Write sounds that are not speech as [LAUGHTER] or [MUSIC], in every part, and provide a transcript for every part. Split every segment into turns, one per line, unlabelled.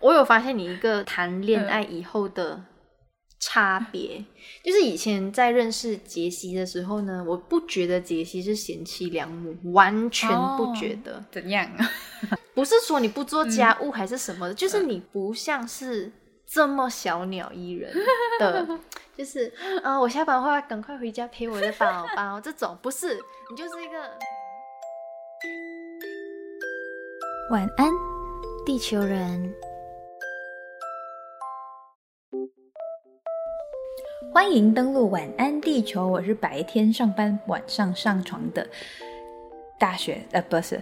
我有发现你一个谈恋爱以后的差别， [LAUGHS] 就是以前在认识杰西的时候呢，我不觉得杰西是贤妻良母，完全不觉得。
怎样？
不是说你不做家务还是什么的，就是你不像是这么小鸟依人 [LAUGHS] 的，就是啊、呃我下班后要赶快回家陪我的宝宝这种，不是你就是一个
晚安，地球人。欢迎登录晚安地球，我是白天上班、晚上上床的大学呃不是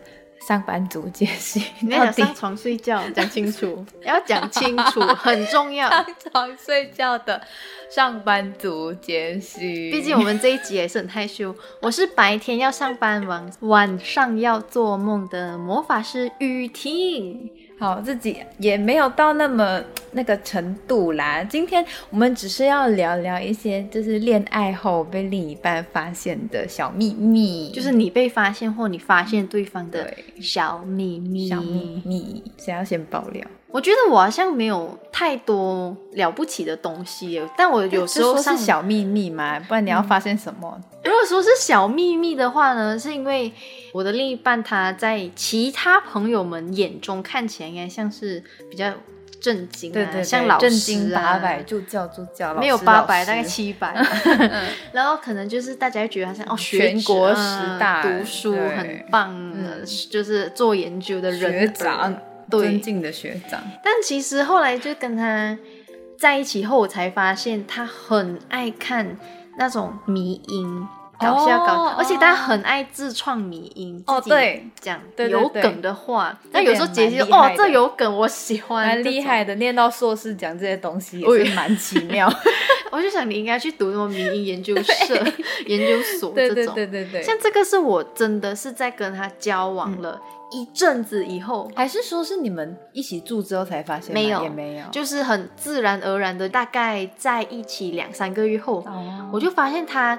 上班族杰西，
你要
到底
上床睡觉，讲清楚， [LAUGHS] 要讲清楚，很重要。
上床睡觉的上班族杰西。
毕竟我们这一集也是很害羞。我是白天要上班，晚晚上要做梦的魔法师雨婷。
好，自己也没有到那么那个程度啦。今天我们只是要聊聊一些，就是恋爱后被另一半发现的小秘密，
就是你被发现或你发现对方的
对
小秘密。
小秘密。谁要先爆料？
我觉得我好像没有太多了不起的东西耶，但我有时候
就
上嗯
说是，小秘密嘛，不然你要发现什么？
如果说是小秘密的话呢，是因为我的另一半他在其他朋友们眼中看起来应该像是比较震惊啊，
对对对，
像老师啊
正经八百，助教助教，
没有
老师
八百，
老师
大概七 [LAUGHS] 百，然后可能就是大家会觉得他像哦，学
嗯全国
者啊
十大
读书
对
很棒，啊
嗯
就是做研究的人
学嗯长，
对
尊，敬的学长，
但其实后来就跟他在一起后，我才发现他很爱看那种迷音。搞笑搞，
哦
而且他很爱自创迷音，
哦
自己
对
讲
对对
有
对
梗的话，那
这
有时候
点
杰西就
蛮厉害
哦
的
这有梗，我喜欢，
蛮厉害
的。哦
的，念到硕士讲这些东西也是蛮奇妙。
我就想你应该去读什么迷音研究社、研究所 [LAUGHS] 这
对
种。
对对对对，
像这个是我真的是在跟他交往了
嗯
一阵子以后，
还是说是你们一起住之后才发现吗？
没有
也没有，
就是很自然而然的，大概在一起两三个月后，
哦
我就发现他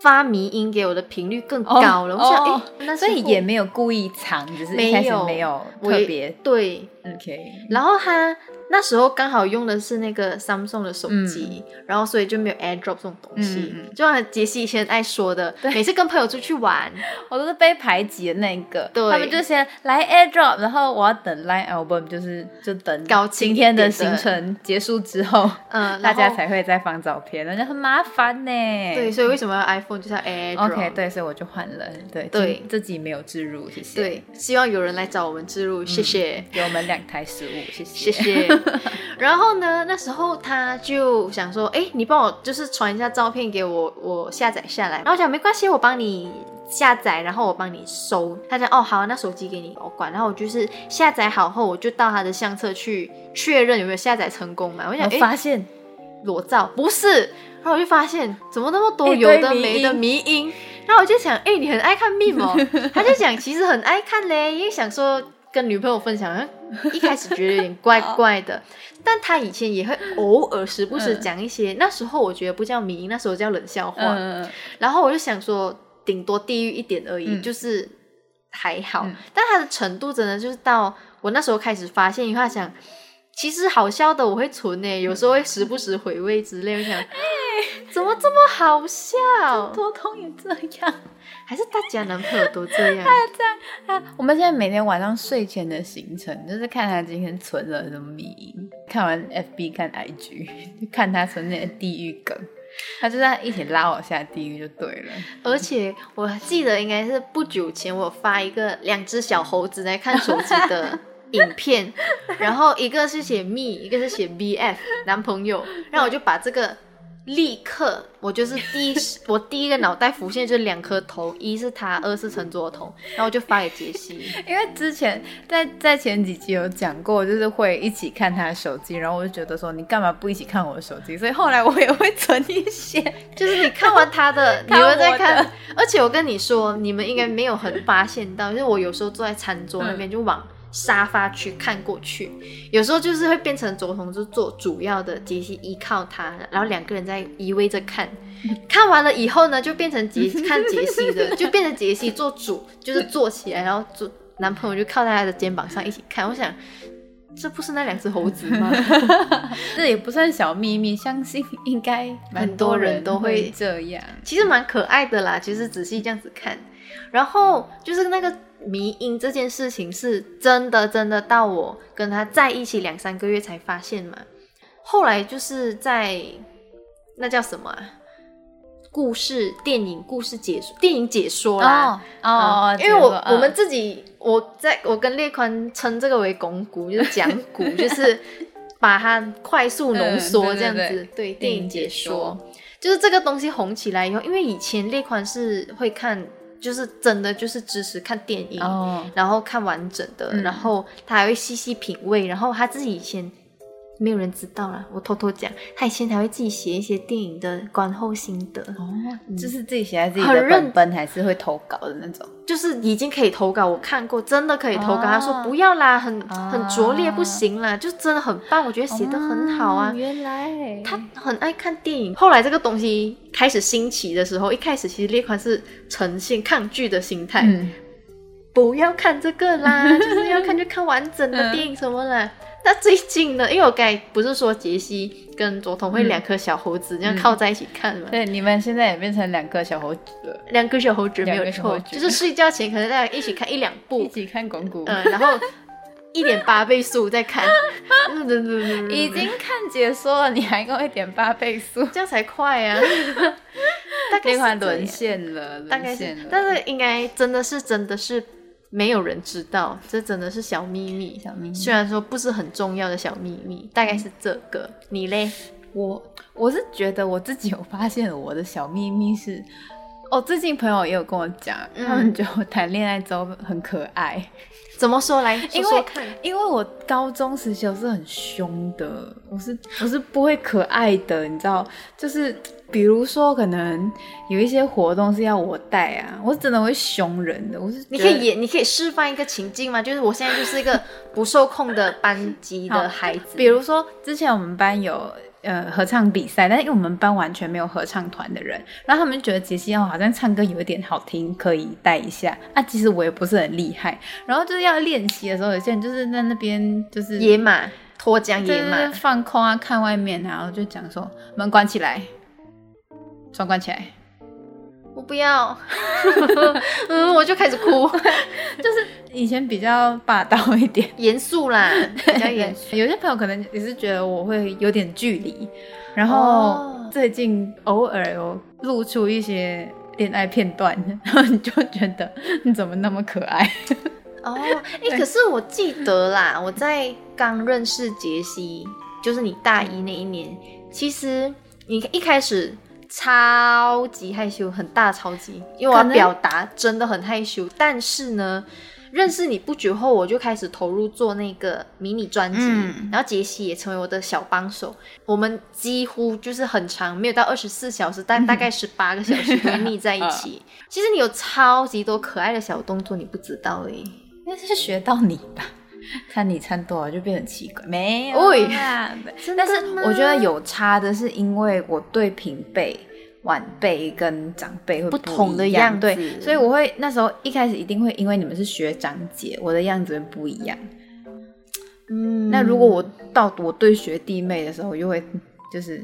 发迷音给我的频率更高了。
哦
我想，哎、
哦
那时
所
候
以也没有故意藏，只是一开始没有
我也嗯
特别嗯
对。
OK。
然后他那时候刚好用的是那个 Samsung 的手机，然后所以就没有 AirDrop 这种东西，
嗯嗯嗯
就像杰西以前爱说的，每次跟朋友出去
[LAUGHS]
玩，
我都是被排挤的那一个，
对
他们就先来 AirDrop，然后我要等 Line Album，就是就等
搞清
今天
一
的
点
行
的
程结束之后，
嗯、
大家
然后
才会再放照片，人家很麻烦呢。
对，所以为什么要 iPhone 就是要 AirDrop？
，OK，对，所以我就换了，对
对
今自己没有置入，谢谢，
对，希望有人来找我们植入，谢谢。
给我们两台食物，谢
谢
谢，
谢。然后呢，那时候他就想说，哎，你帮我就是传一下照片给我，我下载下来。然后我讲没关系，我帮你下载，然后我帮你收。他讲哦好，那手机给你，我管。然后我就是下载好后，我就到他的相册去确认有没有下载成功嘛。我想
我
哎，
发现
裸照不是。然后我就发现怎么那么多
一
有
堆
的
哎迷
没的
因
迷音，然后我就想，哎、你很爱看 meme
[LAUGHS]
哦？他就讲其实很爱看嘞，因为想说跟女朋友分享，然后一开始觉得有点怪怪
[LAUGHS]
的，但他以前也会偶尔时不时讲一些，那时候我觉得不叫迷音，那时候叫冷笑话。
嗯，
然后我就想说，顶多地狱一点而已，
嗯
就是还好。
嗯
但它的程度真的就是到我那时候开始发现，因为他想，其实好笑的我会存
嗯
呢，有时候会时不时回味之类，我
[LAUGHS]
想，哎、怎么这么好笑？
多通也这样。
还是大家男朋友都这样？
啊，我们现在每天晚上睡前的行程，就是看他今天存了什么迷因，看完 FB 看 IG，就看 [LAUGHS] 他存那些地狱梗，他就在一起拉我下地狱就对了。
而且我记得应该是不久前我发一个两只小猴子在看手机的影片，然后一个是写 me，一个是写 bf 男朋友，然后我就把这个立刻，我就是第一我第一个脑袋浮现就是两颗头，一是他，二是陈卓彤，然后我就发给杰西。
因为之前在在前几集有讲过，就是会一起看他的手机，然后我就觉得说你干嘛不一起看我的手机？所以后来我也会存一些。
就是你看完他的，你
[LAUGHS] 看我
会
的
再看。而且我跟你说，你们应该没有很发现到，就是我有时候坐在餐桌那
嗯
边就往沙发去看过去，有时候就是会变成卓彤就做主要的，杰西依靠他，然后两个人在依偎着
[LAUGHS]
看。看完了以后呢，就变成杰看杰西
[LAUGHS]
的，就变成杰西做主，就是坐起来，然后做男朋友就靠在他的肩膀上一起看。我想。这不是那两只猴子吗？
这也不算小秘密，相信应该蛮
很多人
人
都会
会这样。
其实蛮可爱的啦，其实仔细这样子看，然后就是那个迷因这件事情是真的真的到我跟他在一起两三个月才发现嘛，后来就是在那叫什么啊、故事电影故事解说电影解说啦。
[LAUGHS] 哦哦哦，
啊因为我、
结果
我们自己，我在我跟列宽称这个为“拱骨”，就是讲
[LAUGHS]
骨，就是把它快速浓缩
嗯对对
这样子。
对
电影解说，就是这个东西红起来以后，因为以前列宽是会看，就是真的就是支持看电影，
哦，
然后看完整的，
嗯
然后他还会细细品味，然后他自己以前。没有人知道啦，我偷偷讲，他以前还会自己写一些电影的观后心得，
哦，就是自己写在自己
很
的
认
本本，还是会投稿的那种。
就是已经可以投稿，我看过，真的可以投稿。
哦
他说不要啦，很、
啊
很拙劣，不行啦，就真的很棒，我觉得写的很好啊。
哦原来
他很爱看电影。后来这个东西开始兴起的时候，一开始其实列宽是呈现抗拒的心态，
嗯，
不要看这个
[LAUGHS]
啦，就是要看就看完整的电影什么啦。那最近呢，因为我刚才不是说杰西跟佐藤会
嗯
两颗小猴子这样靠在一起看嘛，
对，你们现在也变成两个小猴子了，
两颗小猴子没
两
有
个小
错
猴，子
就是睡觉前可能大家一起看一两部
一，起看公谷，
嗯，然后一点八倍速在看，嗯
已经看解说了，你还跟我一点八倍速，
这样才快啊。大概
[LAUGHS] 那
是
款
这样
沦，陷了，
大概
沦
是
陷，了。
但是应该真的是真的是没有人知道，这真的是小秘密。
小嗯明，
虽然说不是很重要的小秘密，大概是这个。你嘞？
我我是觉得我自己有发现我的小秘密是，哦，最近朋友也有跟我讲，
嗯
他们觉得我谈恋爱之后很可爱，
怎么说来说
因
说
为
看？
因为我高中时期我是很凶的，我是我是不会可爱的，你知道，就是比如说可能有一些活动是要我带啊，我是真的会凶人的，我是
你
觉
可
得
以演，你可以示范一个情境吗？就是我现在就是一个不受控的班级
[LAUGHS]
的孩子，
比如说，之前我们班有呃合唱比赛，但是因为我们班完全没有合唱团的人，然后他们觉得杰西哦好像唱歌有一点好听，可以带一下。啊，其实我也不是很厉害，然后就是要练习的时候，有些人就是在那边就是
野马脱缰
对
野
对对
马，
放空啊，看外面啊，然后就讲说门关起来，窗关起来，
我不要， [LAUGHS] 嗯，我就开始哭， [LAUGHS]
就是以前比较霸道一点。
严肃啦，比较严肃。
[LAUGHS] 有些朋友可能也是觉得我会有点距离，然
哦
后最近偶尔有露出一些恋爱片段， [LAUGHS] 然后你就觉得你怎么那么可爱？ [LAUGHS]
哦，哎、可是我记得啦，我在刚认识杰西，就是你大一那一年，其实你一开始超级害羞，很大超级，因为我要
可能
表达真的很害羞。但是呢，认识你不久后，我就开始投入做那个迷你专辑，
嗯
然后杰西也成为我的小帮手。我们几乎就是很长，没有到二十四小时，
[LAUGHS]
但大概十八个小时都会腻在一起。
嗯
其实你有超级多可爱的小动作，你不知道诶、
那是学到你吧？看你穿多少就变得奇怪，没有
喂
啦。
真的
但是
吗
我觉得有差的是，因为我对平辈、晚辈跟长辈会
不
不
同的
一样
样子
对，所以我会那时候一开始一定会因为你们是学长姐，我的样子会不一样。
嗯
那如果我到我对学弟妹的时候，我就会就是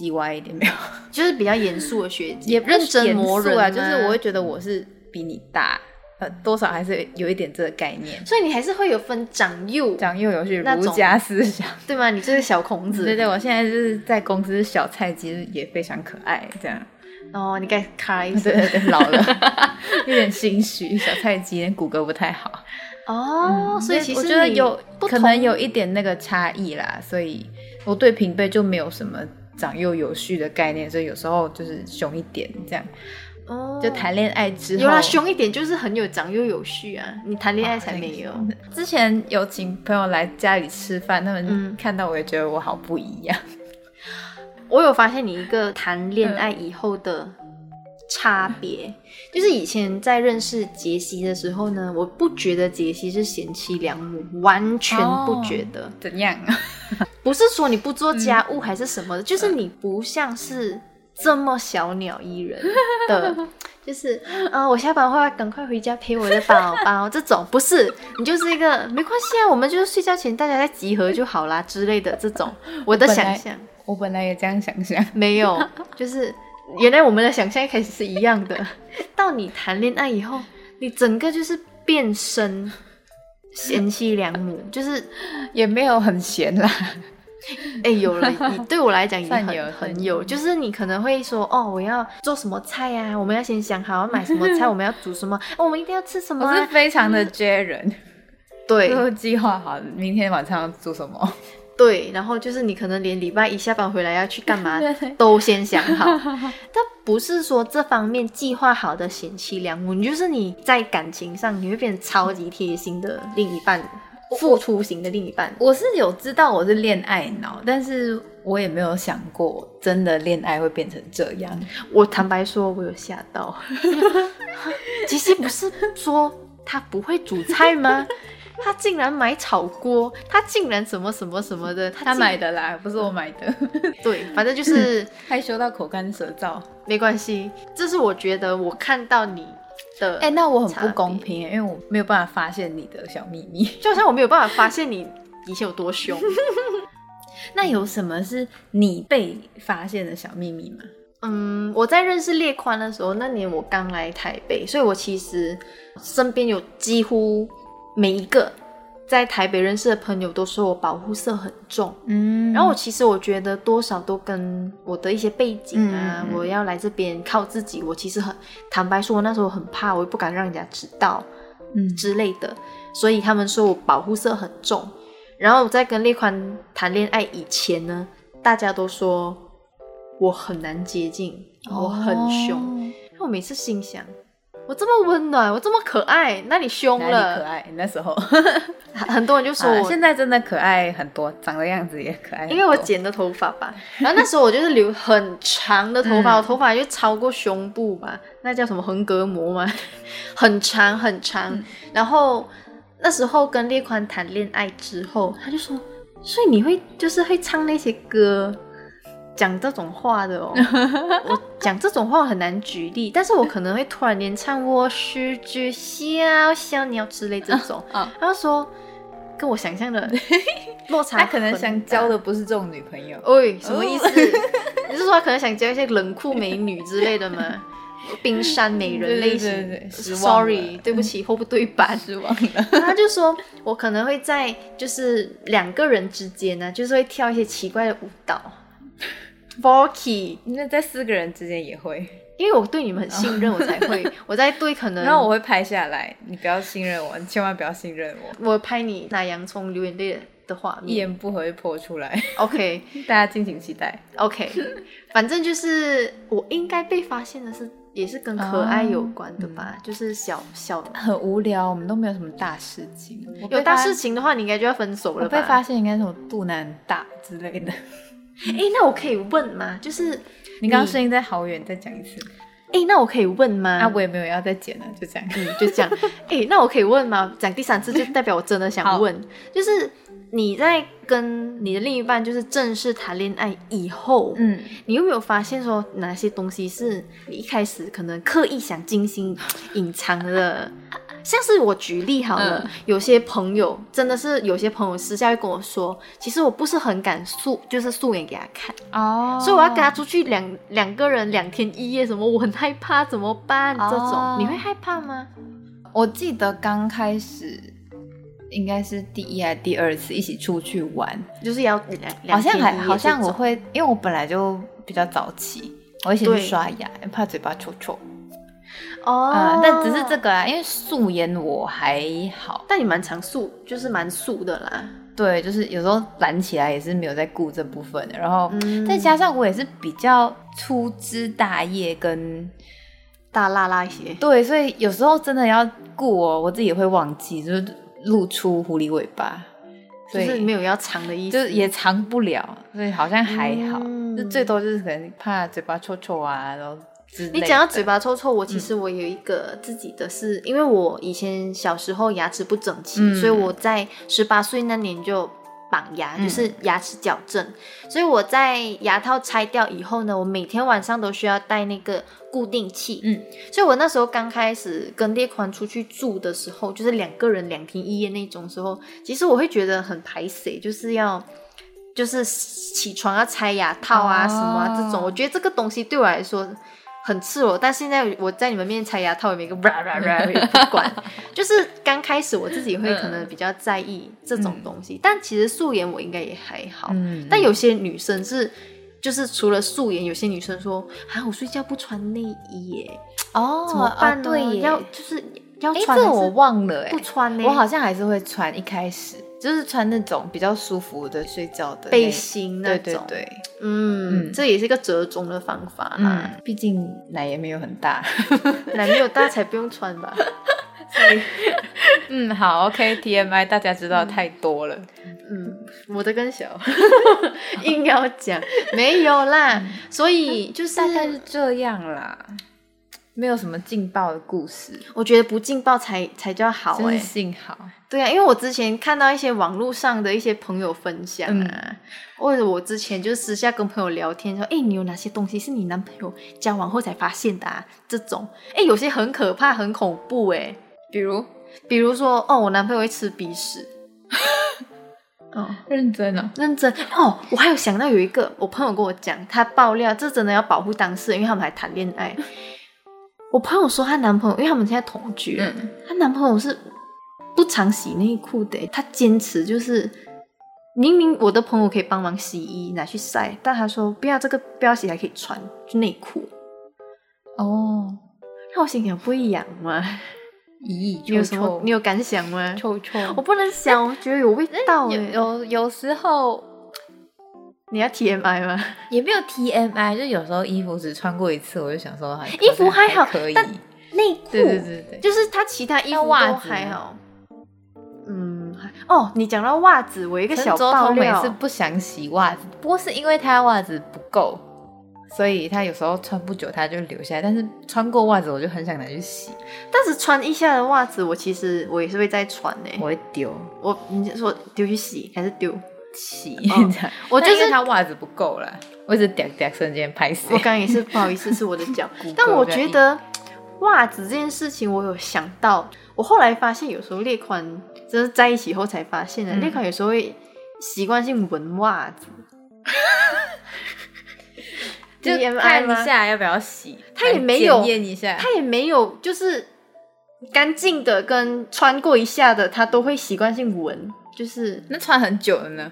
叽歪一 [LAUGHS] 点，没有，
就是比较严肃的学姐，
不是
认真
严
磨
肃
人
啊，就是我会，觉得我是比你大，呃，多少还是有一点这个概念。
所以你还是会有分长幼，
长幼有序，
那
儒
种
家思想。
对吗？你这个小孔子，
[LAUGHS] 对对，我现在就是在公司小菜鸡，也非常可爱，这样。
哦，你该开
[LAUGHS] 对对对，老了， [LAUGHS] 有点心虚，小菜鸡骨骼不太好。
哦，所以其实
嗯我觉得
你
有
不
可
同
能有一点那个差异啦，所以我对平辈就没有什么长幼有序的概念，所以有时候就是凶一点，这样
哦
就谈恋爱之后
有啦，凶一点就是很有长幼有序啊，你谈恋爱才没有。
之前有请朋友来家里吃饭，他
嗯
们看到我也觉得我好不一样，
我有发现你一个谈恋爱以后的差别，
嗯
就是以前在认识杰西的时候呢，我不觉得杰西是贤妻良母，完全不觉得。
怎样？啊
不是说你不做家务还是什么的，就是你不像是这么小鸟依人的 [LAUGHS] 就是啊、我下班后要赶快回家陪我的宝宝，这种不是你就是一个没关系啊，我们就是睡觉前大家再集合就好啦之类的这种，我的
本
想
来
象
[LAUGHS] 我本来也这样想象，
没有，就是原来我们的想象一开始是一样的，到你谈恋爱以后，你整个就是变身贤妻良母，就是
也没有很闲啦。
哎、有了，你
[LAUGHS]
对我来讲已经
算有
很
算
很
有
有，就是你可能会说，哦，我要做什么菜呀、我们要先想好要买什么
[LAUGHS]
菜，我们要煮什么，哦我们一定要吃什么、
我是
啊，
非常的 J 人，
对
都计划好明天晚上要做什么。
对，然后就是你可能连礼拜一下班回来要去干嘛
[LAUGHS] 对对
都先想
[LAUGHS]
好，但不是说这方面计划好的贤妻良母，你就是你在感情上你会变成超级贴心的另一半，付出型的另一半，
我是有知道我是恋爱脑，但是我也没有想过真的恋爱会变成这样。
我坦白说，我有吓 [LAUGHS] 到。杰西不是说他不会煮菜 [LAUGHS] 吗？他竟然买炒锅，他竟然什么什么什么的，他
他
竟
买的啦，不是我买的，
[LAUGHS] 对，反正就是
[LAUGHS] 害羞到口干舌燥。
没关系。这是我觉得我看到你的，
哎、那我很
差
不
别
公平耶，因为我没有办法发现你的小秘密。
就好像我没有办法发现你以前有多 [LAUGHS] 凶，
[LAUGHS] 那有什么是你被发现的小秘密吗？
嗯，我在认识列宽的时候，那年我刚来台北，所以我其实身边有几乎每一个在台北认识的朋友都说我保护色很重。
嗯
然后我其实我觉得多少都跟我的一些背景啊，
嗯嗯嗯
我要来这边靠自己，我其实很坦白说，我那时候很怕，我也不敢让人家知道
嗯
之类的，所以他们说我保护色很重。然后我在跟列宽谈恋爱以前呢，大家都说我很难接近，我很
哦
凶。，那我每次心想，我这么温暖，我这么可爱，那你凶
哪里可
了？
爱？那时 [LAUGHS] 候，
[LAUGHS] 很多人就说
好啦
我
[LAUGHS] 现在真的可爱很多，长的样子也可爱很多。
因为我剪的头发吧，然后那时候我就是留很长的头发，
嗯
我头发就超过胸部嘛，那叫什么横膈膜嘛，很长很长。
嗯
然后那时候跟列宽谈恋爱之后，他就说，所以你会就是会唱那些歌，讲这种话的哦。我
[LAUGHS]
讲这种话很难举例，但是我可能会突然间唱我是只小小鸟之类这种，
[LAUGHS] 嗯
他就说。跟我想象的落差很
他
大，
可能想交的不是这种女朋 [LAUGHS] 友，
喂，什么意思？你是说他可能想交一些冷酷美女之类的
[LAUGHS]
吗？冰山美人类型
对对对对失望了
Sorry，对不起，货不对
[LAUGHS]
版。
失望了。
他就说，我可能会在就是两个人之间呢，就是会跳一些奇怪的舞蹈 b o k y
那在四个人之间也会，
因为我对你们很信任，我才
[LAUGHS]
会。我在对可能，
然后我会拍下来，你不要信任我，你千万不要信任我，
我拍你拿洋葱流眼泪的画
一
面。
言不合就泼出来， [LAUGHS]
OK
大家敬请期待。
OK，反 [LAUGHS] 正就是我应该被发现的是，也是跟可
哦
爱有关的吧，
嗯
就是小小
很无聊，我们都没有什么大事情，我被
有大
发
事。情的话，你应该就要分手
我
了
被
吧？
发现应该是我肚腩很大之类的。
哎、那我可以问吗？就是
[LAUGHS] 你刚刚声音在好远，再讲一次。
哎、诶那我可以问吗？
啊，我也没有要再剪了，就这样。
嗯， [LAUGHS] 就这样。哎、那我可以问吗？讲第三次就代表我真的想问，就是你在跟你的另一半就是正式谈恋爱以后，
嗯，
你有没有发现说哪些东西是你一开始可能刻意想精
[LAUGHS]
心隐藏的？像是我举例好了，
嗯
有些朋友真的是有些朋友私下会跟我说，其实我不是很敢素，就是素颜给他看，
哦
所以我要跟他出去两两个人两天一夜什么，我很害怕，怎么办？
哦
这种你会害怕吗？
我记得刚开始应该是第一还是第二次一起出去玩，
就是要两
好
两
像
天
还
一夜
好像
这
我
种
会，因为我本来就比较早起，我一起去
对
刷牙，怕嘴巴臭臭。
哦、
啊，但只是这，个啊，因为素颜我还好，
但你蛮常素，就是蛮素的啦。
对，就是有时候懒起来也是没有在顾这部分的。然后、
嗯
再加上我也是比较粗枝大叶跟
大辣辣一些，
对，所以有时候真的要顾哦，我自己也会忘记，就是露出狐狸尾巴，所
就是
以
没有要长的意思，
就是也藏不了，所以好像还好，
嗯
就最多就是可能怕嘴巴臭臭啊，然后之类
你
的嗯
讲到嘴巴臭臭，我其实我有一个自己的是，因为我以前小时候牙齿不整齐，
嗯
所以我在十八岁那年就绑牙，就
嗯
是牙齿矫正。所以我在牙套拆掉以后呢，我每天晚上都需要戴那个固定器。
嗯，
所以我那时候刚开始跟列宽出去住的时候，就是两个人两天一夜那种时候，其实我会觉得很排斥，就是要。就是起床要拆牙套啊
哦
什么啊这种，我觉得这个东西对我来说很赤裸，但现在我在你们面前拆牙套也
[LAUGHS]
没个 bra bra bra 也不管，就是刚开始我自己会可
嗯
能比较在意这种东西，但其实素颜我应该也还好，
嗯
但有些女生是。就是除了素颜，有些女生说啊，我睡觉不穿内衣耶，
哦
怎么办呢？
对耶，
啊要就是要
哎，
穿
这
还
我
是
忘了哎、
不穿呢？
我好像还是会穿，一开始就是穿那种比较舒服的睡觉的那
背，心那
对
种，
对对，
嗯，
嗯
这也是一个折中的方法啦。
嗯，毕竟奶也没有很
[LAUGHS]
大。
奶没有大才不用穿吧？
嗯，好，OK，TMI、大家知道太多了，
嗯，我的更小， [LAUGHS] 硬要讲没有啦。所以就是
大概是这样啦，没有什么劲爆的故事，
我觉得不劲爆才才叫好哎、
真是幸好。
对啊，因为我之前看到一些网络上的一些朋友分享啊，或者我之前就是私下跟朋友聊天说，哎，你有哪些东西是你男朋友交往后才发现的啊？这种，哎，有些很可怕、很恐怖哎、
比如
比如说，哦，我男朋友会吃鼻屎。 [LAUGHS] 哦，
认真哦，
认真哦！我还有想到有一个，我朋友跟我讲，她爆料，这真的要保护当事人，因为他们还谈恋爱。我朋友说，她男朋友，因为他们现在同居了，
嗯，
她男朋友是不常洗内裤的欸，她坚持就是，明明我的朋友可以帮忙洗衣拿去晒，但她说不要这个不要洗，还可以穿就内裤。
哦，
那我心想不一样 [LAUGHS] 吗？
咦，哦
你有什么？你
有
有感想吗？
臭臭？
我不能想，我觉得有味道
有
哎。
有有时候
你要 TMI 吗？
也没有 TMI，就有时候衣服只穿过一次，我就想说还，
衣服还好
可以，
但内裤
对对对对，
就是他其他衣服
那袜
都
子
还
呢
好。嗯，还哦，你讲到袜子，我有一个
陈
小
卓
爆
彤每
料
次，不想洗袜子，不过是因为他袜子不够，所以他有时候穿不久他就留下来。但是穿过袜子，我就很想拿去洗，
但是穿一下的袜子，我其实我也是会再穿呢、
我会丢
我你是说丢去洗还是丢？
[LAUGHS] 洗。
哦
这样
我就
但因为
是
他袜子不够了，我一直嗲嗲瞬间拍死
我。刚刚也是不好意思，是我的脚
[LAUGHS] 骨。
但
骼
我
比较
觉
硬
得袜子这件事情，我有想到，我后来发现有时候列款真是在一起后才发现的，
嗯
列款有时候会习惯性闻袜
[LAUGHS]
子，
就
DMI
看
吗
一下要不要洗，
他也
来
没有
检验一下。
他也没有就是干净的跟穿过一下的，他都会习惯性闻， [LAUGHS] 就是
那穿很久了呢，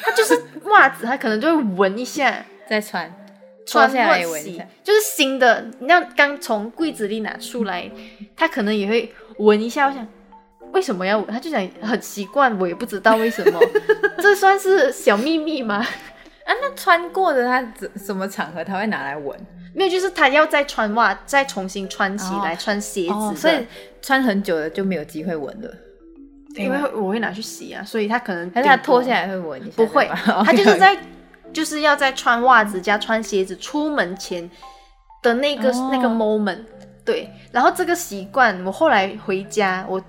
他就是袜子，他可能就会闻一 [LAUGHS] 下，
再穿，
穿
脱下来
或
闻一
洗
下。，
就是新的，那刚从柜子里拿出来，他可能也会闻一下。我想为什么要闻？他就想很习惯，我也不知道为什 [LAUGHS] 么，这算是小秘密吗？
啊，那穿过的他怎什么场合他会拿来闻？
[LAUGHS] 没有，就是他要再穿袜，再重新穿起来，
哦
穿鞋子的、
哦，所以穿很久的就没有机会闻了。
因为我会拿去洗啊，所以他可能
还是他
顶啊多
脱下来会闻一下？
不会，
对
[LAUGHS]
吧
他就是
[LAUGHS]
在就是要在穿袜子加穿鞋子出门前的那个、
哦
那个 moment。对，然后这个习惯，我后来回家，我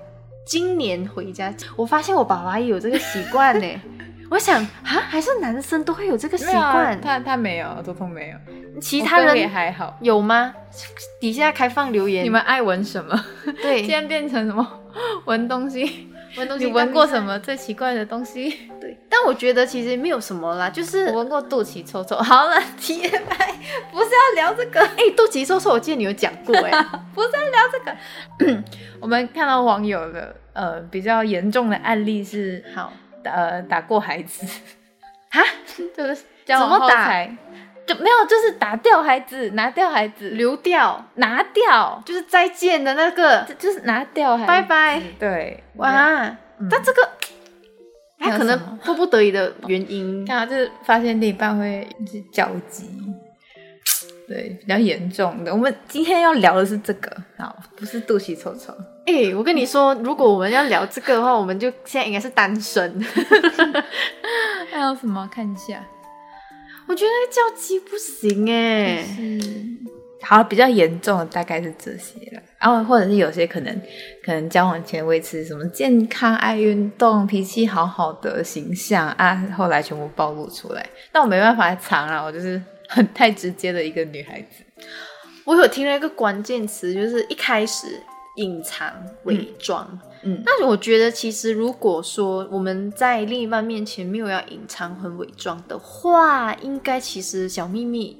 今年回家，我发现我爸爸也有这个习惯呢。 [LAUGHS] 我想啊，还是男生都会有这个习
没有啊
惯，
他他没有，周通没有，
其他
我哥也
人
还好。
有吗？底下开放留言，
你们爱闻什么？
对
现在变成什么 [LAUGHS] 闻东西？
闻东
你
西
闻过什
么？
么最奇怪的
[LAUGHS]
东西？
对，但我觉得其实没有什么啦，就是
我闻过肚脐臭臭。好了，TMI 不是要聊这个，
哎，肚脐臭臭，我记得你有讲过
[LAUGHS]
哎、
不是要聊这个。 [COUGHS] 我们看到网友的呃比较严重的案例是，
好，
呃打过孩 [LAUGHS] 子，
哈，
就是交往
怎么
后
打
才就没有，就是打掉孩子，拿掉孩子，
流掉。
拿掉，
就是再见的那个，
就就是拿掉孩子，
拜拜
对，
哇！
嗯
但这个
还
他
有
可
什
能
么
迫不得已的原因，
看啊，就是发现另一半会去交集，对，比较严重的。我们今天要聊的是这个，好，不是肚脐臭臭。
[LAUGHS] 哎、我跟你说，如果我们要聊这个的话，我们就现在应该是单 [LAUGHS] 身。
还有什么？看一下，
我觉得那个叫鸡不行哎、
是好，比较严重的大概是这些了，然后或者是有些可能可能交往前维持什么健康、爱运动、脾气好好的形象啊，后来全部暴露出来。但我没办法藏啊，我就是很太直接的一个女孩子。
我有听了一个关键词，就是一开始隐藏、伪装。
嗯
但是我觉得，其实如果说我们在另一半面前没有要隐藏、很伪装的话，应该其实小秘密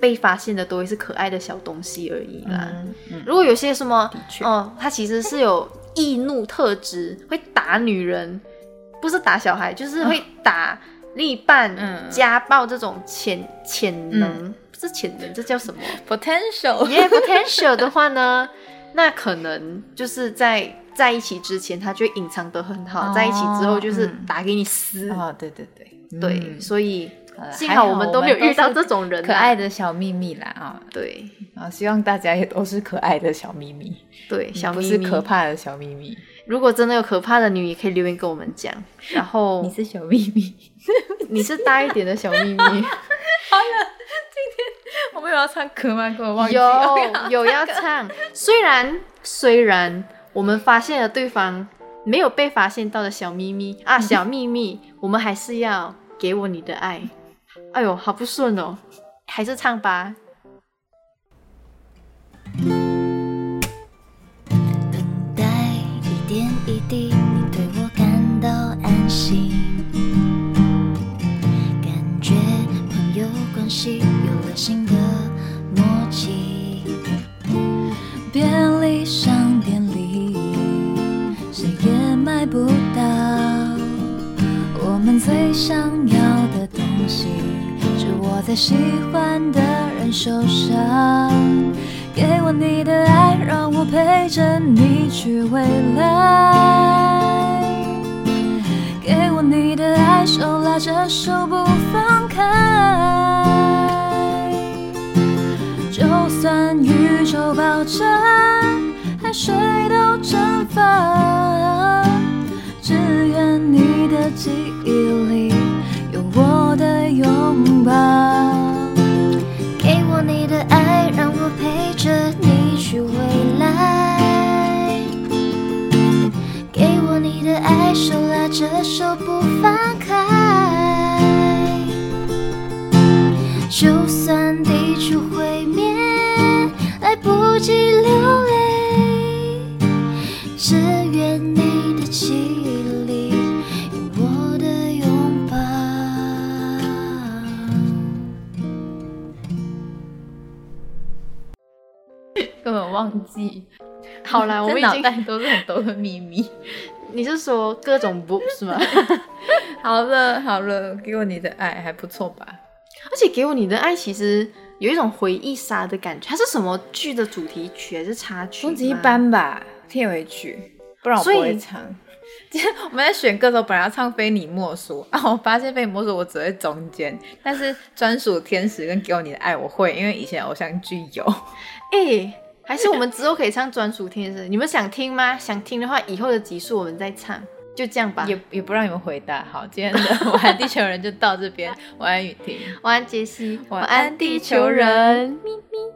被发现的都会是可爱的小东西而已啦。
嗯嗯，
如果有些什么
确
哦，他其实是有易怒特质，会打女人，不是打小孩，就是会打另一半、
嗯
家暴这种潜潜能，不是潜能，这叫什
[LAUGHS]
么？
potential，
耶、potential 的话呢，那可能就是在在一起之前，他就会隐藏得很好，
哦
在一起之后就是
嗯
打给你撕。
哦，对对对
对，
嗯
所以
好啦
幸
还
好
好
我们
我
都
们
没有遇
都
到
是
这种人、
可爱。的小秘密啦啊
对
啊！希望大家也都是可爱的小秘密，
对，小
不
咪
是
咪，
可怕的小秘密。
如果真的有可怕的女，也可以留言跟我们讲。然后
你是小秘密，
你是大一点的小秘密，
我们有要唱歌吗？给我 [LAUGHS] 忘记 [LAUGHS] 了。
有有要唱。虽然虽然我们发现了对方没有被发现到的小秘密啊，
嗯
小秘密，我们还是要给我你的爱。哎呦，好不顺哦，还是唱吧。
等待一点一滴，你对我感到安心，感觉朋友关系有了新的默契。便利商店里，谁也买不到我们最想要的东西，是我在喜欢的人手上。给我你的爱，让我陪着你去未来。给我你的爱，手拉着手不放开。就算宇宙爆炸，海水都蒸发，只愿你的记忆里有我的拥抱。给我你的爱，让我陪着你去未来。给我你的爱，手拉着手不放开。就算地球毁灭，来不及流泪，只愿你的记忆里有我的拥抱。
根本忘记。
好
[LAUGHS]
啦，我们已
脑
经，
袋都是很多的秘密。
你是说各种 books 吗？
[LAUGHS] 好了好了，给我你的爱还不错吧？
而且给我你的爱，其实有一种回忆杀的感觉。它是什么剧的主题曲还是插曲？
终极一。般吧，贴回去，不然我不
所以
会唱。今天 [LAUGHS] 我们在选歌的时候，本来要唱《非你莫属》， [LAUGHS] 啊，我发现《非你莫属》我只会中间，但是《专属天使》跟《给我你的爱》我会，因为以前偶像剧有。
哎、还是我们之后可以唱专属天使，你们想听吗？想听的话，以后的集数我们再唱，就这样吧。
[LAUGHS] 也也不让你们回答。好，今天的 [LAUGHS] 晚安地球人就到这边，晚安雨婷。
晚安，杰西。
晚安
晚安，地
地
球
球
人。
咪咪。